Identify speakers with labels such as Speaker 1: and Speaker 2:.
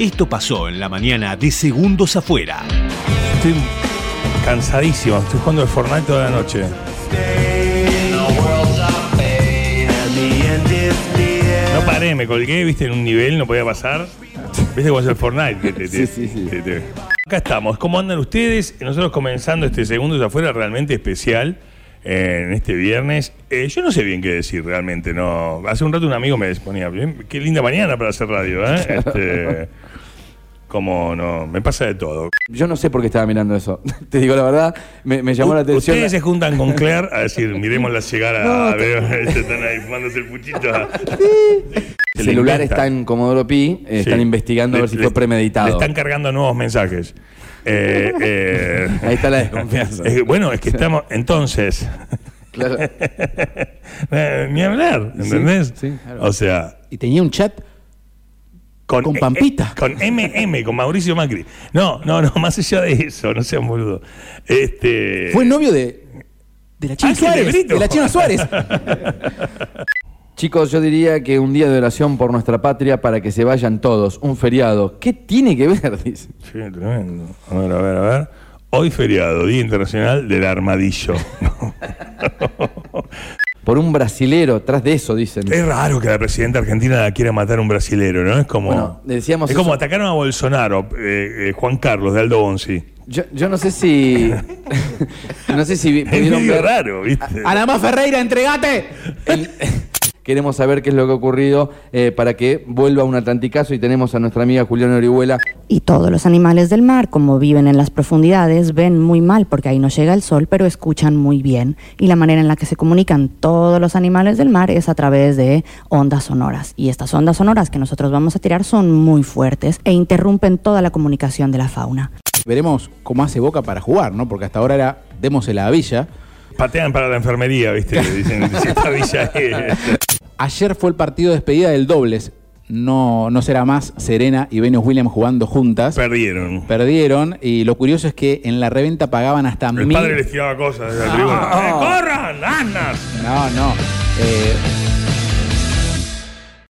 Speaker 1: Esto pasó en la mañana de Segundos Afuera.
Speaker 2: Estoy cansadísimo, estoy jugando el Fortnite toda la noche. No paré, me colgué, viste, en un nivel, no podía pasar. Viste cómo es el Fortnite. Te- te- te-
Speaker 3: Sí, sí, sí.
Speaker 2: te- te- Acá estamos, ¿cómo andan ustedes? Nosotros comenzando este segundo de afuera realmente especial eh, en este viernes. Eh, yo no sé bien qué decir realmente, no. Hace un rato un amigo me ponía, "Bien, qué linda mañana para hacer radio, ¿eh? Este, como no, me pasa de todo.
Speaker 3: Yo no sé por qué estaba mirando eso. Te digo la verdad, me, me llamó la
Speaker 2: U-
Speaker 3: atención.
Speaker 2: Ustedes se juntan con Claire a decir, miremosla llegar a.
Speaker 3: No,
Speaker 2: veo, están ahí fumándose el puchito. Se le
Speaker 3: Celular
Speaker 2: inventa.
Speaker 3: está en Comodoro Pi, eh, están
Speaker 2: Sí.
Speaker 3: investigando a
Speaker 2: Le-
Speaker 3: ver si
Speaker 2: le-
Speaker 3: fue premeditado.
Speaker 2: Le están cargando nuevos mensajes. Eh, eh,
Speaker 3: Ahí está la desconfianza.
Speaker 2: es que, bueno, es que estamos. Entonces.
Speaker 3: Claro.
Speaker 2: eh, ni hablar, ¿entendés?
Speaker 3: sí, claro.
Speaker 2: O sea.
Speaker 4: Y tenía un chat. Con
Speaker 2: eh,
Speaker 4: Pampita.
Speaker 2: eh, con MM, con Mauricio Macri. No, no, no, más allá de eso, no sean boludo. Este.
Speaker 4: Fue novio de. De la China
Speaker 2: Ángel de
Speaker 4: Suárez.
Speaker 2: Brito.
Speaker 4: de la China Suárez.
Speaker 3: Chicos, yo diría que un día de oración por nuestra patria para que se vayan todos, un feriado. ¿Qué tiene que ver? Dice.
Speaker 2: Sí, tremendo. A ver, a ver, a ver. Hoy feriado, Día Internacional del Armadillo.
Speaker 3: Por un brasilero, tras de eso, dicen.
Speaker 2: es raro que la presidenta argentina la quiera matar a un brasilero, ¿no? Es como.
Speaker 3: Bueno, decíamos
Speaker 2: es como
Speaker 3: eso.
Speaker 2: atacaron a Bolsonaro, eh, eh, Juan Carlos de Aldo Bonzi.
Speaker 3: Yo, yo no sé si. no sé si vi-
Speaker 2: Es
Speaker 3: pudieron
Speaker 2: medio
Speaker 3: ver. Ah,
Speaker 2: raro, ¿viste?
Speaker 4: Anamá Ferreira, entregate.
Speaker 3: Queremos saber qué es lo que ha ocurrido eh, para que vuelva un atlanticazo y tenemos a nuestra amiga Juliana Orihuela.
Speaker 5: Y todos los animales del mar, como viven en las profundidades, ven muy mal porque ahí no llega el sol, pero escuchan muy bien. Y la manera en la que se comunican todos los animales del mar es a través de ondas sonoras. Y estas ondas sonoras que nosotros vamos a tirar son muy fuertes e interrumpen toda la comunicación de la fauna.
Speaker 4: Veremos cómo hace Boca para jugar, ¿no? Porque hasta ahora era. Démosela a Villa.
Speaker 2: Patean para la enfermería, ¿viste? Le Dicen, si está Villa, eh.
Speaker 4: Ayer fue el partido de despedida del dobles. No, no será más Serena y Venus Williams jugando juntas.
Speaker 2: Perdieron.
Speaker 4: Perdieron y lo curioso es que en la reventa pagaban hasta
Speaker 2: El
Speaker 4: mil.
Speaker 3: Ah.
Speaker 2: padre les tiraba cosas desde la tribuna. ¡Eh, ¡Corran, andas!
Speaker 4: No, no. Eh,